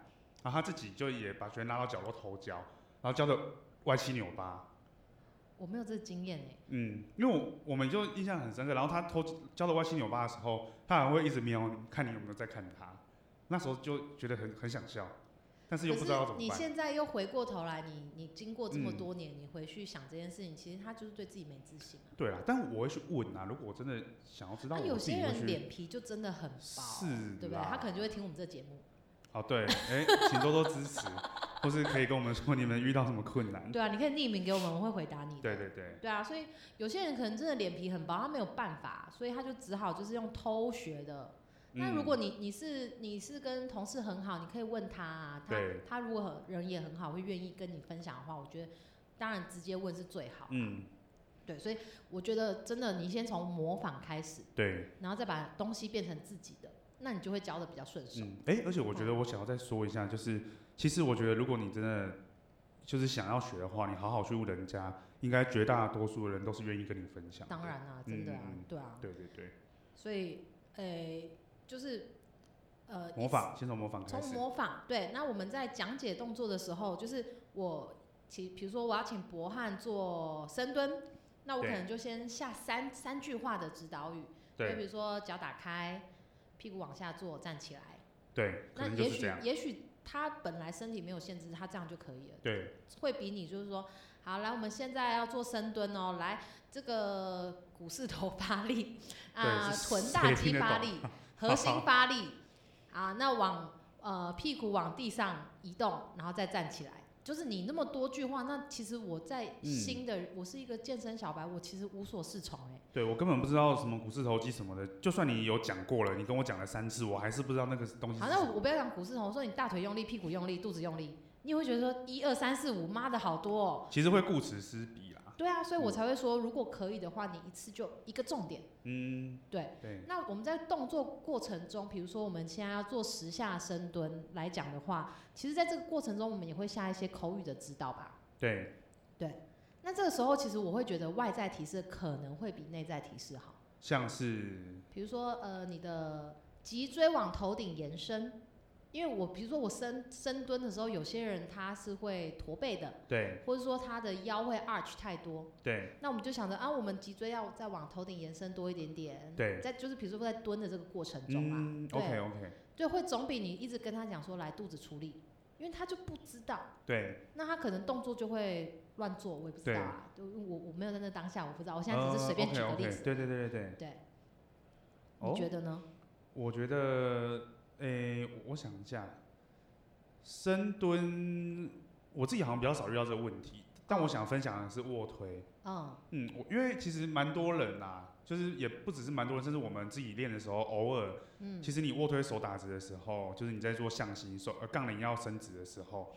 Speaker 1: 然后他自己就也把学生拉到角落偷教，然后教的歪七扭八。
Speaker 2: 我没有这个经验哎、
Speaker 1: 嗯，因为我我们就印象很深刻，然后他偷教的歪七扭八的时候，他还会一直瞄你，看你有没有在看他。那时候就觉得很很想笑，但是又不知道要怎
Speaker 2: 你
Speaker 1: 么办。嗯
Speaker 2: 现在又回过头来，你你经过这么多年，你回去想这件事情，其实他就是对自己没自信啊。
Speaker 1: 对啦，但我会去问啊，如果我真的想要知道，
Speaker 2: 那
Speaker 1: 我
Speaker 2: 有
Speaker 1: 自己
Speaker 2: 些
Speaker 1: 会
Speaker 2: 人
Speaker 1: 去
Speaker 2: 脸皮就真的很薄，
Speaker 1: 是
Speaker 2: 对不对？
Speaker 1: 啦
Speaker 2: 他可能就会听我们这节目。
Speaker 1: 哦，对，哎、请多多支持，或是可以跟我们说你们遇到什么困难。
Speaker 2: 对啊，你可以匿名给我们，我们会回答你的。
Speaker 1: 对对对，
Speaker 2: 对啊，所以有些人可能真的脸皮很薄，他没有办法，所以他就只好就是用偷学的。那
Speaker 1: 嗯
Speaker 2: 如果你你是你是跟同事很好，你可以问他啊，他
Speaker 1: 对
Speaker 2: 他如果很人也很好，会愿意跟你分享的话，我觉得当然直接问是最好。
Speaker 1: 嗯，
Speaker 2: 对，所以我觉得真的，你先从模仿开始，
Speaker 1: 对，
Speaker 2: 然后再把东西变成自己的，那你就会教的比较顺手。
Speaker 1: 嗯，哎、而且我觉得我想要再说一下，就是其实我觉得如果你真的就是想要学的话，你好好去问人家，应该绝大多数的人都是愿意跟你分享。
Speaker 2: 当，然啦、真的啊，
Speaker 1: 嗯嗯
Speaker 2: 对啊，
Speaker 1: 对对对，
Speaker 2: 所以诶、就是呃，
Speaker 1: 模仿，先从模仿
Speaker 2: 一直，
Speaker 1: 开
Speaker 2: 从
Speaker 1: 始。
Speaker 2: 模仿。对，那我们在讲解动作的时候，就是我其比如说我要请博汉做深蹲，那我可
Speaker 1: 对
Speaker 2: 能就先下三三句话的指导语，就
Speaker 1: 对
Speaker 2: 比如说脚打开，屁股往下坐，站起来。
Speaker 1: 对，可
Speaker 2: 那
Speaker 1: 能就
Speaker 2: 也
Speaker 1: 是这
Speaker 2: 许
Speaker 1: 样。
Speaker 2: 也许他本来身体没有限制，他这样就可以了，
Speaker 1: 对，
Speaker 2: 会比你就是说，好来，我们现在要做深蹲哦，来这个股四头发力啊，
Speaker 1: 对是
Speaker 2: 臀大
Speaker 1: 谁听
Speaker 2: 肌
Speaker 1: 得
Speaker 2: 发
Speaker 1: 懂
Speaker 2: 力，核心发力啊，那往呃屁股往地上移动，然后再站起来。就是你那么多句话，那其实我在
Speaker 1: 嗯
Speaker 2: 新的，我是一个健身小白，我其实无所适从哎、
Speaker 1: 对我根本不知道什么股市投机什么的，就算你有讲过了，你跟我讲了三次，我还是不知道那个东西是
Speaker 2: 好，
Speaker 1: 什
Speaker 2: 那
Speaker 1: 么。
Speaker 2: 我我不要讲股市红，我说你大腿用力、屁股用力、肚子用力，你也会觉得说一二三四五，妈的好多哦。
Speaker 1: 其实会顾此失彼啦。
Speaker 2: 对啊，所以我才会说，如果可以的话，你一次就一个重点。
Speaker 1: 嗯，
Speaker 2: 对
Speaker 1: 对，
Speaker 2: 那我们在动作过程中，比如说我们现在要做十下深蹲来讲的话，其实在这个过程中，我们也会下一些口语的指导吧。
Speaker 1: 对，
Speaker 2: 那这个时候，其实我会觉得外在提示可能会比内在提示好。
Speaker 1: 像是
Speaker 2: 比如说，呃，你的脊椎往头顶延伸，因为我比如说我深深蹲的时候，有些人他是会驼背的，
Speaker 1: 对
Speaker 2: 或者说他的腰会 arch 太多，
Speaker 1: 对
Speaker 2: 那我们就想着啊，我们脊椎要再往头顶延伸多一点点。
Speaker 1: 对，
Speaker 2: 在就是比如说在蹲的这个过程中啊，
Speaker 1: 嗯
Speaker 2: 对
Speaker 1: ，OK OK，
Speaker 2: 对，会总比你一直跟他讲说来肚子处理，因为他就不知道，
Speaker 1: 对
Speaker 2: 那他可能动作就会乱做，我也不知道啊，就我我没有在那当下，我不知道，我现在只是随便举个例
Speaker 1: o k o
Speaker 2: 子，
Speaker 1: k 呃对对对对对，
Speaker 2: 对，
Speaker 1: 哦
Speaker 2: 你觉得呢？
Speaker 1: 我觉得，诶、我想一下，深蹲，我自己好像比较少遇到这个问题，但我想分享的是卧推。
Speaker 2: 嗯，
Speaker 1: 嗯，我因为其实蛮多人啦、就是也不只是蛮多人，甚至我们自己练的时候，偶尔，
Speaker 2: 嗯
Speaker 1: 其实你卧推手打直的时候，就是你在做向心手，呃，杠铃要伸直的时候，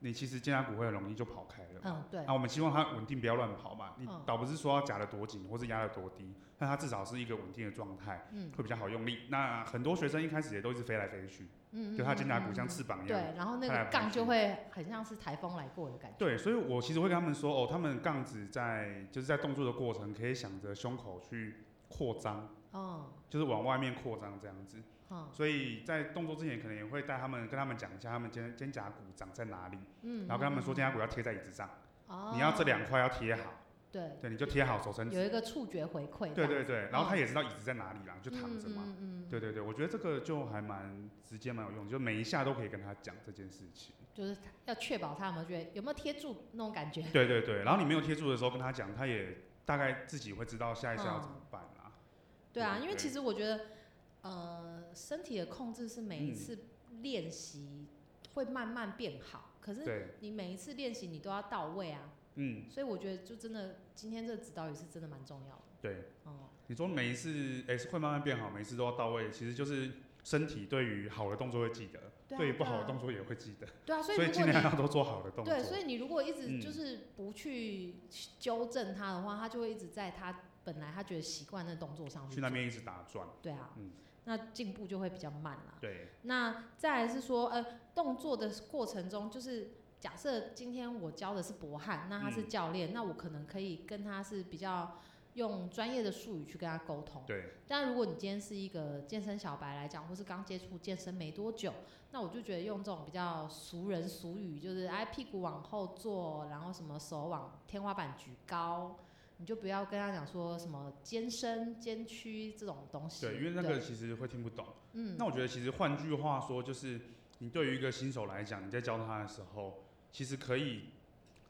Speaker 1: 你其实肩胛骨会很容易就跑开了。
Speaker 2: 嗯，对
Speaker 1: 那、，我们希望它稳定，不要乱跑嘛。你
Speaker 2: 嗯
Speaker 1: 倒不是说要夹得多紧，或是压得多低，但它至少是一个稳定的状态。
Speaker 2: 嗯
Speaker 1: 会比较好用力。那很多学生一开始也都是飞来飞去，
Speaker 2: 嗯，
Speaker 1: 就他肩胛骨像
Speaker 2: 嗯嗯
Speaker 1: 翅膀
Speaker 2: 嗯
Speaker 1: 一样。
Speaker 2: 对，然后那
Speaker 1: 拍来
Speaker 2: 个
Speaker 1: 拍
Speaker 2: 杠
Speaker 1: 去
Speaker 2: 就会很像是台风来过的感觉，
Speaker 1: 对，所以我其实会跟他们说，哦，他们杠子在就是在动作的过程，可以想着胸口去扩张，
Speaker 2: 嗯
Speaker 1: 就是往外面扩张这样子。
Speaker 2: 嗯
Speaker 1: 所以在动作之前，可能也会带他们跟他们讲一下，他们肩肩胛骨长在哪里，
Speaker 2: 嗯，
Speaker 1: 然后跟他们说
Speaker 2: 嗯，
Speaker 1: 肩胛骨要贴在椅子上，
Speaker 2: 嗯
Speaker 1: 你要这，
Speaker 2: 哦
Speaker 1: 两块要贴好，
Speaker 2: 对，
Speaker 1: 对，你就贴好手伸直
Speaker 2: 有。一个触觉回馈这
Speaker 1: 对
Speaker 2: 样子，
Speaker 1: 对对，然后他也知道椅子在哪里啦，就
Speaker 2: 嗯，
Speaker 1: 躺着嘛。
Speaker 2: 嗯，嗯嗯
Speaker 1: 对对对，我觉得这个就还蛮直接，蛮有用，就每一下都可以跟他讲这件事情。
Speaker 2: 就是要确保他有没有觉得有没有贴住那种感觉。
Speaker 1: 对对对，然后你没有贴住的时候跟他讲，他也大概自己会知道下一下要怎么
Speaker 2: 嗯
Speaker 1: 办啦。
Speaker 2: 对啊，因为
Speaker 1: 对
Speaker 2: 其实我觉得，呃，身体的控制是每一
Speaker 1: 嗯
Speaker 2: 次练习会慢慢变好，可是
Speaker 1: 对，
Speaker 2: 你每一次练习你都要到位啊，
Speaker 1: 嗯，
Speaker 2: 所以我觉得就真的今天这个指导语是真的蛮重要的。
Speaker 1: 对。
Speaker 2: 哦、
Speaker 1: 你说每一次哎、是会慢慢变好，每一次都要到位，其实就是身体对于好的动作会记得，
Speaker 2: 对啊
Speaker 1: 于不好的
Speaker 2: 对啊
Speaker 1: 动作也会记得，
Speaker 2: 对啊，所以
Speaker 1: 所
Speaker 2: 如
Speaker 1: 尽
Speaker 2: 果
Speaker 1: 量
Speaker 2: 你
Speaker 1: 要多做好的动作。
Speaker 2: 对，所以你如果一直
Speaker 1: 嗯
Speaker 2: 就是不去纠正他的话，他就会一直在他本来他觉得习惯的动作上
Speaker 1: 去那边一直打转。
Speaker 2: 做。对啊，
Speaker 1: 嗯
Speaker 2: 那进步就会比较慢啦。
Speaker 1: 对，
Speaker 2: 那再来是说，呃，动作的过程中，就是假设今天我教的是博汉，那他是
Speaker 1: 嗯
Speaker 2: 教练，那我可能可以跟他是比较用专业的术语去跟他沟通。
Speaker 1: 对，
Speaker 2: 但如果你今天是一个健身小白来讲，或是刚接触健身没多久，那我就觉得用这种比较俗人俗语，就是哎屁股往后坐，然后什么手往天花板举高，你就不要跟他讲说什么肩伸、肩屈这种东西。
Speaker 1: 对，因为那
Speaker 2: 对
Speaker 1: 个，其实会听不懂。
Speaker 2: 嗯，
Speaker 1: 那我觉得其实换句话说，就是你对于一个新手来讲，你在教他的时候，其实可以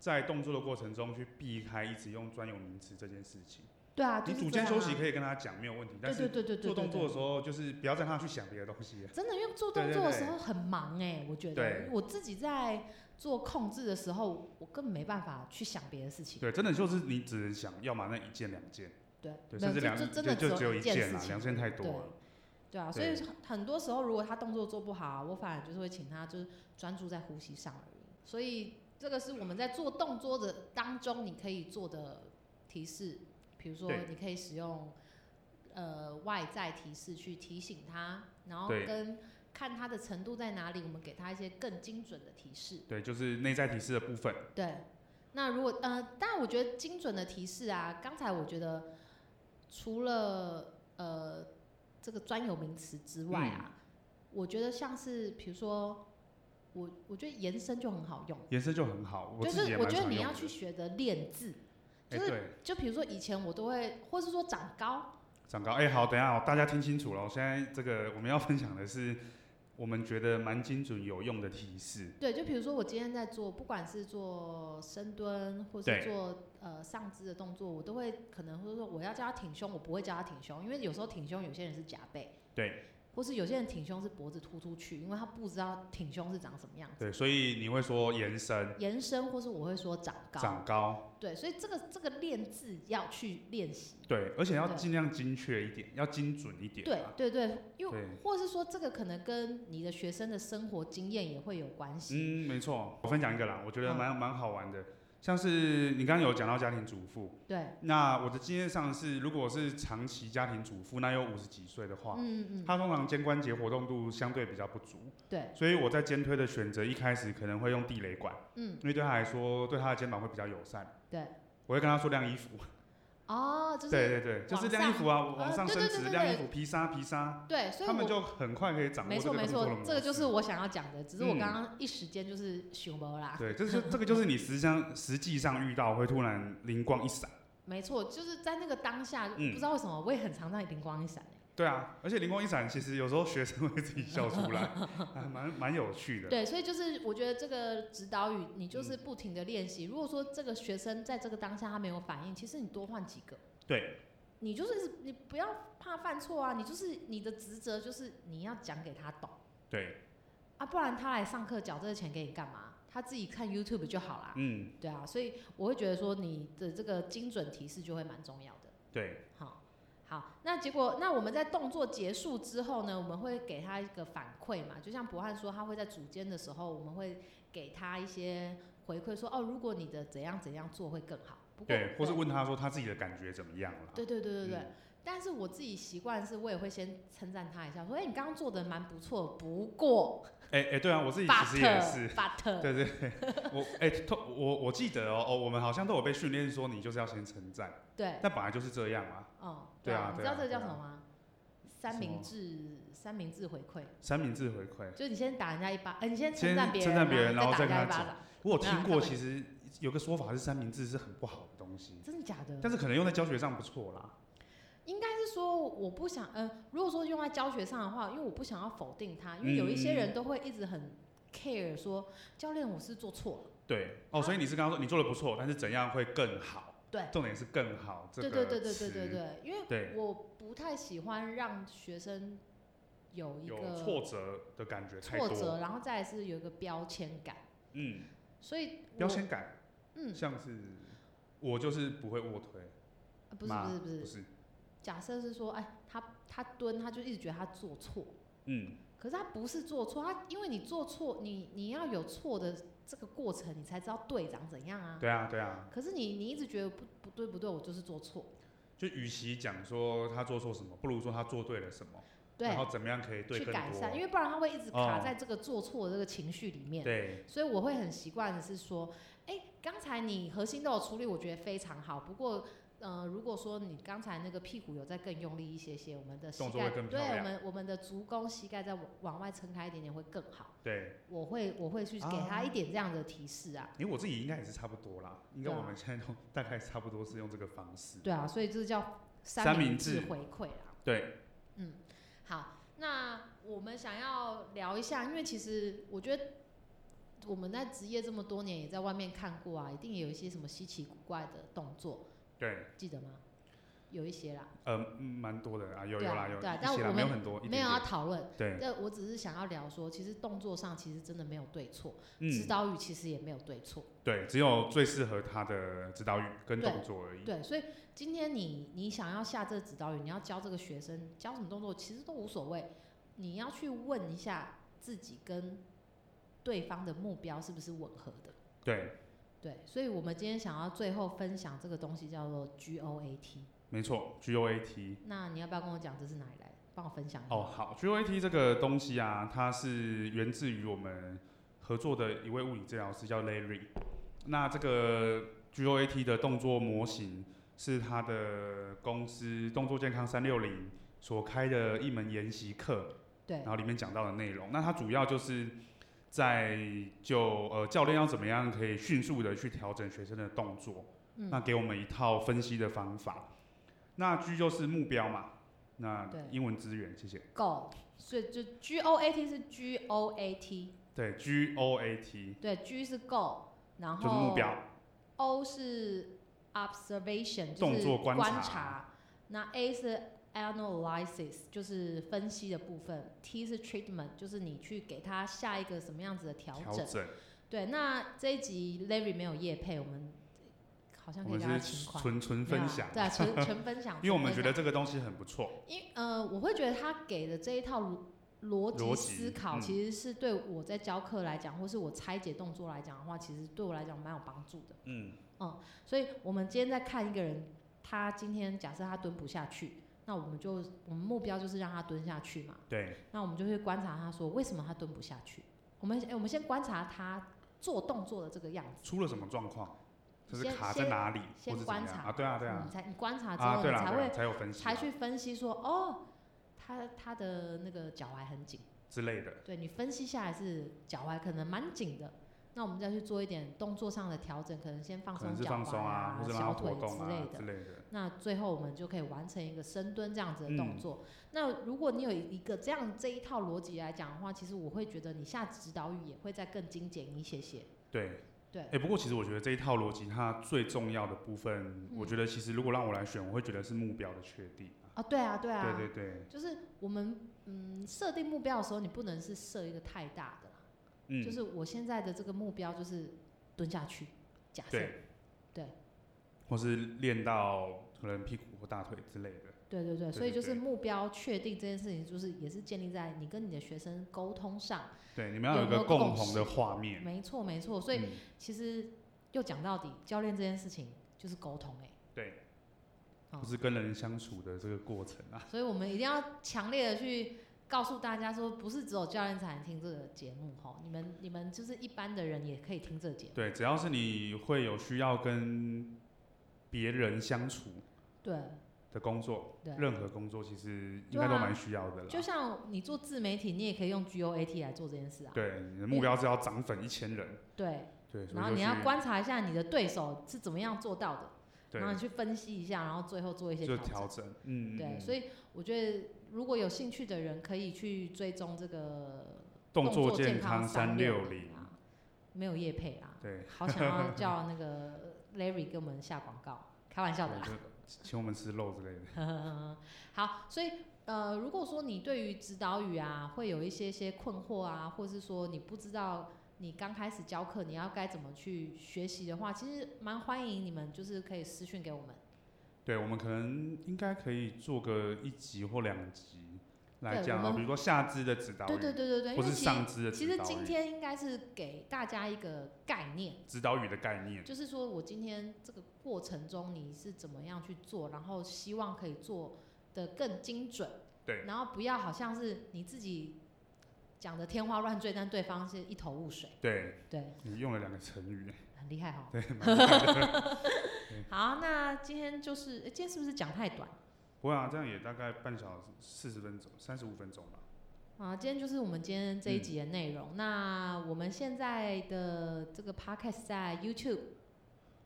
Speaker 1: 在动作的过程中去避开一直用专有名词这件事情。
Speaker 2: 对啊，
Speaker 1: 你
Speaker 2: 就
Speaker 1: 组
Speaker 2: 是这
Speaker 1: 间
Speaker 2: 样
Speaker 1: 休
Speaker 2: 啊
Speaker 1: 息可以跟他讲没有问题，但
Speaker 2: 对
Speaker 1: 是
Speaker 2: 对对对对
Speaker 1: 做动作的
Speaker 2: 对
Speaker 1: 时候就是不要让他去想别的东西。
Speaker 2: 真的，因为做
Speaker 1: 对
Speaker 2: 动
Speaker 1: 对
Speaker 2: 作的
Speaker 1: 对
Speaker 2: 时候很忙哎、我觉得
Speaker 1: 对
Speaker 2: 我自己在做控制的时候，我根本没办法去想别的事情。
Speaker 1: 对，真的就是你只能想，要么那一件两件，
Speaker 2: 对，
Speaker 1: 对，
Speaker 2: 没
Speaker 1: 甚
Speaker 2: 有
Speaker 1: 至两
Speaker 2: 就就真的
Speaker 1: 就只有
Speaker 2: 一
Speaker 1: 一
Speaker 2: 件
Speaker 1: 件
Speaker 2: 事
Speaker 1: 啦，
Speaker 2: 情，
Speaker 1: 两件太多
Speaker 2: 对
Speaker 1: 了。
Speaker 2: 对啊，所以
Speaker 1: 对
Speaker 2: 很很多时候如果他动作做不好，我反而就是会请他就是专注在呼吸上而已。所以这个是我们在做动作的当中你可以做的提示，比如说
Speaker 1: 对
Speaker 2: 你可以使用呃外在提示去提醒他，然后
Speaker 1: 对
Speaker 2: 跟看他的程度在哪里，我们给他一些更精准的提示。
Speaker 1: 对，就是内在提示的部分。
Speaker 2: 对，那如果呃，当然我觉得精准的提示啊，刚才我觉得除了呃这个专有名词之外啊，
Speaker 1: 嗯
Speaker 2: 我觉得像是比如说我我觉得延伸就很好用，
Speaker 1: 延伸就很好，我
Speaker 2: 就
Speaker 1: 自己
Speaker 2: 是
Speaker 1: 也
Speaker 2: 我
Speaker 1: 蛮
Speaker 2: 觉得
Speaker 1: 常
Speaker 2: 你
Speaker 1: 用
Speaker 2: 要
Speaker 1: 的。
Speaker 2: 去学的练字，
Speaker 1: 哎，
Speaker 2: 就是
Speaker 1: 对，
Speaker 2: 就比如说以前我都会，或是说长高，
Speaker 1: 长高。哎，好，等一下哦，大家听清楚了哦，现在这个我们要分享的是我们觉得蛮精准有用的提示。
Speaker 2: 对，就比如说我今天在做，不管是做深蹲或是
Speaker 1: 对
Speaker 2: 做呃上肢的动作，我都会可能会说我要叫他挺胸，我不会叫他挺胸，因为有时候挺胸有些人是夹背。
Speaker 1: 对
Speaker 2: 或是有些人挺胸是脖子突出去，因为他不知道挺胸是长什么样子。
Speaker 1: 对，所以你会说延伸、
Speaker 2: 延伸或是我会说长高，
Speaker 1: 长高，
Speaker 2: 对，所以这个这个练字要去练习，
Speaker 1: 对，而且要
Speaker 2: 对
Speaker 1: 尽量精确一点，要精准一点
Speaker 2: 对
Speaker 1: 啊。
Speaker 2: 对对，因为
Speaker 1: 对。
Speaker 2: 或是说这个可能跟你的学生的生活经验也会有关系，
Speaker 1: 嗯，没错，我分享一个啦，我觉得
Speaker 2: 嗯
Speaker 1: 蛮蛮、好玩的。像是你刚刚有讲到家庭主妇，
Speaker 2: 对，
Speaker 1: 那我的经验上是，如果是长期家庭主妇，那有五十几岁的话，
Speaker 2: 嗯嗯嗯，
Speaker 1: 她通常肩关节活动度相对比较不足，
Speaker 2: 对，
Speaker 1: 所以我在肩推的选择一开始可能会用地雷管，
Speaker 2: 嗯
Speaker 1: 因为对她来说，对她的肩膀会比较友善。
Speaker 2: 对，
Speaker 1: 我会跟她说晾衣服，
Speaker 2: 哦，就是呃
Speaker 1: 对对对，就是晾衣服啊，往上升
Speaker 2: 对对对
Speaker 1: 直
Speaker 2: 对
Speaker 1: 晾衣服，披纱披纱，
Speaker 2: 对，所以
Speaker 1: 他们
Speaker 2: 我
Speaker 1: 就很快可以掌握
Speaker 2: 没
Speaker 1: 这
Speaker 2: 错
Speaker 1: 个
Speaker 2: 没
Speaker 1: 动作的模
Speaker 2: 错
Speaker 1: 式，
Speaker 2: 这个就是我想要讲的，只是我
Speaker 1: 嗯
Speaker 2: 刚刚一时间就是熊猫啦。
Speaker 1: 对，这是这个就是你实际上实际上遇到会突然灵光一闪，
Speaker 2: 没错，就是在那个当下，
Speaker 1: 嗯
Speaker 2: 不知道为什么我也很常让灵光一闪、欸
Speaker 1: 对啊，而且灵光一闪，其实有时候学生会自己笑出 来，还蛮蛮有趣的，
Speaker 2: 对，所以就是我觉得这个指导语，你
Speaker 1: 嗯
Speaker 2: 就是不停的练习。如果说这个学生在这个当下他没有反应，其实你多换几个，
Speaker 1: 对，
Speaker 2: 你就是你不要怕犯错啊，你就是你的职责就是你要讲给他懂
Speaker 1: 对，
Speaker 2: 啊，不然他来上课缴这个钱给你干嘛？他自己看 YouTube 就好啦。
Speaker 1: 嗯，
Speaker 2: 对啊，所以我会觉得说你的这个精准提示就会蛮重要的。
Speaker 1: 对，
Speaker 2: 好，好，那结果那我们在动作结束之后呢，我们会给他一个反馈嘛，就像博翰说，他会在组间的时候，我们会给他一些回馈说，哦，如果你的怎样怎样做会更好。不过
Speaker 1: 对，或是问他说他自己的感觉怎么样了，
Speaker 2: 对对对对对。
Speaker 1: 嗯
Speaker 2: 但是我自己习惯是，我也会先称赞他一下，说：“哎、你刚刚做的蛮不错，不过
Speaker 1: 哎哎，对啊，我自己其实也是
Speaker 2: ，but，but，
Speaker 1: 对对对，我哎、通我我记得哦哦，我们好像都有被训练说你就是要先称赞，
Speaker 2: 对，
Speaker 1: 但本来就是这样啊。
Speaker 2: 哦，
Speaker 1: 对啊
Speaker 2: 你知
Speaker 1: 对啊
Speaker 2: 道这个叫
Speaker 1: 对
Speaker 2: 什
Speaker 1: 啊
Speaker 2: 么吗？三
Speaker 1: 什
Speaker 2: 明
Speaker 1: 么
Speaker 2: 治，三明治回馈，
Speaker 1: 三明治回馈，
Speaker 2: 就是你先打人家一巴，哎、你先称
Speaker 1: 先
Speaker 2: 赞别人
Speaker 1: 称
Speaker 2: 嘛，
Speaker 1: 赞别人然后
Speaker 2: 再打
Speaker 1: 再
Speaker 2: 人家
Speaker 1: 跟
Speaker 2: 一
Speaker 1: 他
Speaker 2: 巴
Speaker 1: 讲
Speaker 2: 掌，
Speaker 1: 我有
Speaker 2: 没有
Speaker 1: 听
Speaker 2: 啊
Speaker 1: 过，
Speaker 2: 他们
Speaker 1: 其实有个说法是三明治是很不好的东西，
Speaker 2: 真的假的？
Speaker 1: 但是可能用在教学上不错啦。
Speaker 2: 应该是说我不想，嗯、如果说用在教学上的话，因为我不想要否定他，因为有一
Speaker 1: 嗯
Speaker 2: 些人都会一直很 care 说教练我是做错了，
Speaker 1: 对，哦，所以你是刚刚说你做的不错，但是怎样会更好？
Speaker 2: 对
Speaker 1: 重点是更好这个
Speaker 2: 对对对对对
Speaker 1: 词
Speaker 2: 对对，因为
Speaker 1: 对
Speaker 2: 我不太喜欢让学生有一
Speaker 1: 有
Speaker 2: 个
Speaker 1: 挫折的感觉太
Speaker 2: 挫
Speaker 1: 多，
Speaker 2: 折，然后再来是有一个标签感，
Speaker 1: 嗯，
Speaker 2: 所以我
Speaker 1: 标签感，
Speaker 2: 嗯，
Speaker 1: 像是我就是不会卧推，
Speaker 2: 呃不是
Speaker 1: 嘛
Speaker 2: 不是不
Speaker 1: 不
Speaker 2: 是，
Speaker 1: 是，
Speaker 2: 假设是说，哎，他他蹲，他就一直觉得他做错，
Speaker 1: 嗯，
Speaker 2: 可是他不是做错，他因为你做错，你你要有错的这个过程，你才知道队长怎样啊。
Speaker 1: 对啊对啊，
Speaker 2: 可是你你一直觉得不不对不对，我就是做错，
Speaker 1: 就与其讲说他做错什么，不如说他做对了什么，
Speaker 2: 对
Speaker 1: 然，后怎么样可以对
Speaker 2: 去
Speaker 1: 更
Speaker 2: 改
Speaker 1: 多
Speaker 2: 善，，因为不然他会一直卡
Speaker 1: 哦
Speaker 2: 在这个做错的这个情绪里面。
Speaker 1: 对，
Speaker 2: 所以我会很习惯的是说，哎、刚才你核心都有处理，我觉得非常好。不过，呃，如果说你刚才那个屁股有再更用力一些些，我们的膝
Speaker 1: 动作
Speaker 2: 盖，
Speaker 1: 会更
Speaker 2: 对
Speaker 1: 漂
Speaker 2: 我
Speaker 1: 亮
Speaker 2: 们我们的足弓、膝盖再往往外撑开一点点会更好。
Speaker 1: 对，
Speaker 2: 我会我会
Speaker 1: 啊
Speaker 2: 去给他一点这样的提示啊，
Speaker 1: 因为我自己应该也是差不多啦，应该
Speaker 2: 对啊
Speaker 1: 我们现在都 大概差不多是用这个方式。
Speaker 2: 对啊，所以这叫
Speaker 1: 哦三
Speaker 2: 明
Speaker 1: 明治
Speaker 2: 治回馈啦。
Speaker 1: 对，
Speaker 2: 嗯，好，那我们想要聊一下，因为其实我觉得我们在职业这么多年，也在外面看过啊，一定也有一些什么稀奇古怪的动作，
Speaker 1: 对，
Speaker 2: 记得吗？有一些啦，
Speaker 1: 呃，嗯蛮多的啊，有
Speaker 2: 对
Speaker 1: 有
Speaker 2: 啊
Speaker 1: 啦，有
Speaker 2: 对啊
Speaker 1: 一
Speaker 2: 但
Speaker 1: 些啦，
Speaker 2: 我
Speaker 1: 没有
Speaker 2: 们
Speaker 1: 很多，哦一
Speaker 2: 没
Speaker 1: 点
Speaker 2: 有要啊
Speaker 1: 点。
Speaker 2: 讨论，
Speaker 1: 对，
Speaker 2: 但我只是想要聊说，其实动作上其实真的没有对错，指
Speaker 1: 嗯，
Speaker 2: 导语其实也没有对错，
Speaker 1: 对，只有最适合他的指导语跟
Speaker 2: 对
Speaker 1: 动作而已。
Speaker 2: 对，所以今天你你想要下这个指导语，你要教这个学生教什么动作，其实都无所谓，你要去问一下自己跟对方的目标是不是吻合的。
Speaker 1: 对，
Speaker 2: 对，所以我们今天想要最后分享这个东西叫做 GOAT。
Speaker 1: 没错，G O A T。
Speaker 2: 那你要不要跟我讲这是哪里来的？帮我分享一下。
Speaker 1: 哦，好，G O A T 这个东西啊，它是源自于我们合作的一位物理治疗师叫 Larry。那这个 G O A T 的动作模型是他的公司动作健康三六零所开的一门研习课，
Speaker 2: 对
Speaker 1: 然后里面讲到的内容。那它主要就是在就呃教练要怎么样可以迅速的去调整学生的动作，
Speaker 2: 嗯
Speaker 1: 那给我们一套分析的方法。那 G 就是目标嘛，那
Speaker 2: 对
Speaker 1: 英文资源，谢谢。
Speaker 2: ，Go，所以就 GOAT 是 GOAT，
Speaker 1: 对，G O A T
Speaker 2: 对，G 是 Go，然后
Speaker 1: 就是目标，
Speaker 2: O 是 observation，就是
Speaker 1: 动作
Speaker 2: 观
Speaker 1: 观察
Speaker 2: 那 A 是 analysis，就是分析的部分。T 是 treatment，就是你去给他下一个什么样子的调
Speaker 1: 调
Speaker 2: 整。
Speaker 1: 整。
Speaker 2: 对，那这一集 Larry 没有夜配，我们好像
Speaker 1: 我
Speaker 2: 可以
Speaker 1: 们
Speaker 2: 跟他
Speaker 1: 是
Speaker 2: 勤快。
Speaker 1: 纯纯分享，
Speaker 2: 没有啊，对啊，纯纯分享
Speaker 1: 因为我们
Speaker 2: 纯
Speaker 1: 觉
Speaker 2: 分
Speaker 1: 得
Speaker 2: 享，
Speaker 1: 这个东西很不错。
Speaker 2: 因呃，我会觉得他给的这一套逻逻辑
Speaker 1: 逻辑
Speaker 2: 思考，
Speaker 1: 嗯
Speaker 2: 其实是对我在教课来讲，或是我拆解动作来讲的话，其实对我来讲蛮有帮助的。
Speaker 1: 嗯，
Speaker 2: 所以我们今天在看一个人，他今天假设他蹲不下去，那我们就我们目标就是让他蹲下去嘛。
Speaker 1: 对，
Speaker 2: 那我们就会观察他说为什么他蹲不下去。我们诶我们先观察他做动作的这个样子，
Speaker 1: 出了什么状况？就是
Speaker 2: 先
Speaker 1: 卡在哪里，
Speaker 2: 先
Speaker 1: 或者怎
Speaker 2: 观
Speaker 1: 么样
Speaker 2: 察
Speaker 1: 啊？对啊，对啊
Speaker 2: 你，才你观察之
Speaker 1: 啊，
Speaker 2: 后，
Speaker 1: 对
Speaker 2: 你
Speaker 1: 啦，
Speaker 2: 才
Speaker 1: 对啦
Speaker 2: 会
Speaker 1: 才有分析啊
Speaker 2: 才去分析说，哦，他他的那个脚踝很紧，
Speaker 1: 之类的。
Speaker 2: 对你分析下来是脚踝可能蛮紧的，那我们再去做一点动作上的调整，可能先放
Speaker 1: 可
Speaker 2: 松
Speaker 1: 能是
Speaker 2: 脚
Speaker 1: 放松
Speaker 2: 踝
Speaker 1: 啊，或者让
Speaker 2: 小
Speaker 1: 它
Speaker 2: 腿
Speaker 1: 活动
Speaker 2: 之类
Speaker 1: 啊
Speaker 2: 的
Speaker 1: 之。类的。
Speaker 2: 那最后我们就可以完成一个深蹲这样子的动
Speaker 1: 嗯
Speaker 2: 作。那如果你有一个这样这一套逻辑来讲的话，其实我会觉得你下指导语也会再更精简一些些。
Speaker 1: 对，
Speaker 2: 对
Speaker 1: 哎、不过其实我觉得这一套逻辑，它最重要的部分，我
Speaker 2: 嗯
Speaker 1: 觉得其实如果让我来选，我会觉得是目标的确定啊。
Speaker 2: 啊，对啊，对啊，
Speaker 1: 对对对，
Speaker 2: 就是我们嗯设定目标的时候，你不能是设一个太大的啦。
Speaker 1: 嗯，
Speaker 2: 就是我现在的这个目标就是蹲下去，假设
Speaker 1: 对，
Speaker 2: 对，
Speaker 1: 或是练到可能屁股或大腿之类的。
Speaker 2: 对对对，所以
Speaker 1: 对
Speaker 2: 就是
Speaker 1: 对
Speaker 2: 目标确定这件事情，就是也是建立在你跟你的学生沟通上。
Speaker 1: 对，你们要有一
Speaker 2: 有
Speaker 1: 个
Speaker 2: 没有
Speaker 1: 共
Speaker 2: 共
Speaker 1: 同
Speaker 2: 识
Speaker 1: 的画面。
Speaker 2: 没错没错，所以
Speaker 1: 嗯
Speaker 2: 其实又讲到底，教练这件事情就是沟通哎、
Speaker 1: 对，
Speaker 2: 哦
Speaker 1: 就是跟人相处的这个过程啊。
Speaker 2: 所以我们一定要强烈的去告诉大家说，不是只有教练才能听这个节目吼，你们你们就是一般的人也可以听这个节目。
Speaker 1: 对，只要是你会有需要跟别人相处
Speaker 2: 对
Speaker 1: 的工作，
Speaker 2: 对，
Speaker 1: 任何工作其实应
Speaker 2: 对
Speaker 1: 该都
Speaker 2: 啊
Speaker 1: 蛮需要的啦。
Speaker 2: 就像你做自媒体，你也可以用 GOAT 来做这件事啊。
Speaker 1: 对，你的目标是要涨粉一千人。
Speaker 2: 对，
Speaker 1: 对，所以
Speaker 2: 然后
Speaker 1: 就
Speaker 2: 你要
Speaker 1: 去
Speaker 2: 观察一下你的对手是怎么样做到的，
Speaker 1: 对
Speaker 2: 然后你去分析一下，然后最后做一些
Speaker 1: 就调
Speaker 2: 调整。
Speaker 1: 整，嗯，
Speaker 2: 对，所
Speaker 1: 以
Speaker 2: 以我觉得如果有兴趣的人可以去追踪这个
Speaker 1: 动
Speaker 2: 作
Speaker 1: 作健
Speaker 2: 康
Speaker 1: 康三
Speaker 2: 六
Speaker 1: 六零，
Speaker 2: 啊，没有叶配 啦，
Speaker 1: 对，
Speaker 2: 好想要叫那个 Larry 给我们下广告，开玩笑的
Speaker 1: 对
Speaker 2: 啦。
Speaker 1: 就请我们吃肉之类的。
Speaker 2: 好，所以呃，如果说你对于指导语啊会有一些些困惑啊，或是说你不知道你刚开始教课你要该怎么去学习的话，其实蛮欢迎你们就是可以私讯给我们。
Speaker 1: 对，我们可能应该可以做个一集或两集来
Speaker 2: 对
Speaker 1: 讲
Speaker 2: 我
Speaker 1: 啊，
Speaker 2: 们
Speaker 1: 比如说下肢的指导
Speaker 2: 对
Speaker 1: 语，
Speaker 2: 对对对对，因
Speaker 1: 或
Speaker 2: 为
Speaker 1: 是
Speaker 2: 其实
Speaker 1: 上肢的
Speaker 2: 其
Speaker 1: 指
Speaker 2: 实
Speaker 1: 导
Speaker 2: 今
Speaker 1: 语，
Speaker 2: 天应该是给大家一个概念，
Speaker 1: 指导语的概念。
Speaker 2: 就是说我今天这个过程中你是怎么样去做，然后希望可以做的更精准。
Speaker 1: 对
Speaker 2: 然后不要好像是你自己讲的天花乱坠，但对方是一头雾水。
Speaker 1: 对
Speaker 2: 对，
Speaker 1: 你用了两个成语，
Speaker 2: 很厉害哈、
Speaker 1: 对，蛮厉害的
Speaker 2: 好，那今天就是，诶今天是不是讲太短
Speaker 1: 不会啊，这样也大概半小时四十分钟，三十五分钟吧。
Speaker 2: 啊？今天就是我们今天这一集的内容。
Speaker 1: 嗯
Speaker 2: 那我们现在的这个 podcast 在 YouTube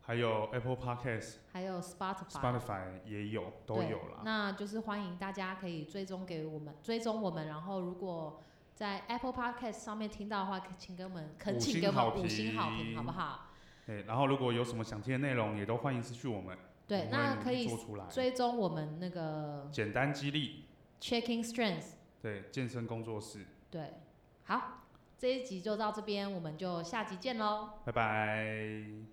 Speaker 1: 还有 Apple Podcast、
Speaker 2: 还有 Spotify。
Speaker 1: Spotify 也有，都
Speaker 2: 对，
Speaker 1: 有啦。
Speaker 2: 那就是欢迎大家可以追踪给我们追踪我们，然后如果在 Apple Podcast 上面听到的话，请给我们恳
Speaker 1: 五
Speaker 2: 请
Speaker 1: 星
Speaker 2: 给我
Speaker 1: 好
Speaker 2: 们五星好
Speaker 1: 评
Speaker 2: 评，好不好？
Speaker 1: 对，然后如果有什么想听的内容，也都欢迎私讯我们。
Speaker 2: 对，
Speaker 1: 我们会
Speaker 2: 那
Speaker 1: 努
Speaker 2: 可
Speaker 1: 力
Speaker 2: 以
Speaker 1: 做出来。
Speaker 2: 追踪我们那个
Speaker 1: 简单激励，
Speaker 2: Checking Strength。
Speaker 1: 对，健身工作室，
Speaker 2: 对，好，这一集就到这边，我们就下集见喽。
Speaker 1: 拜拜。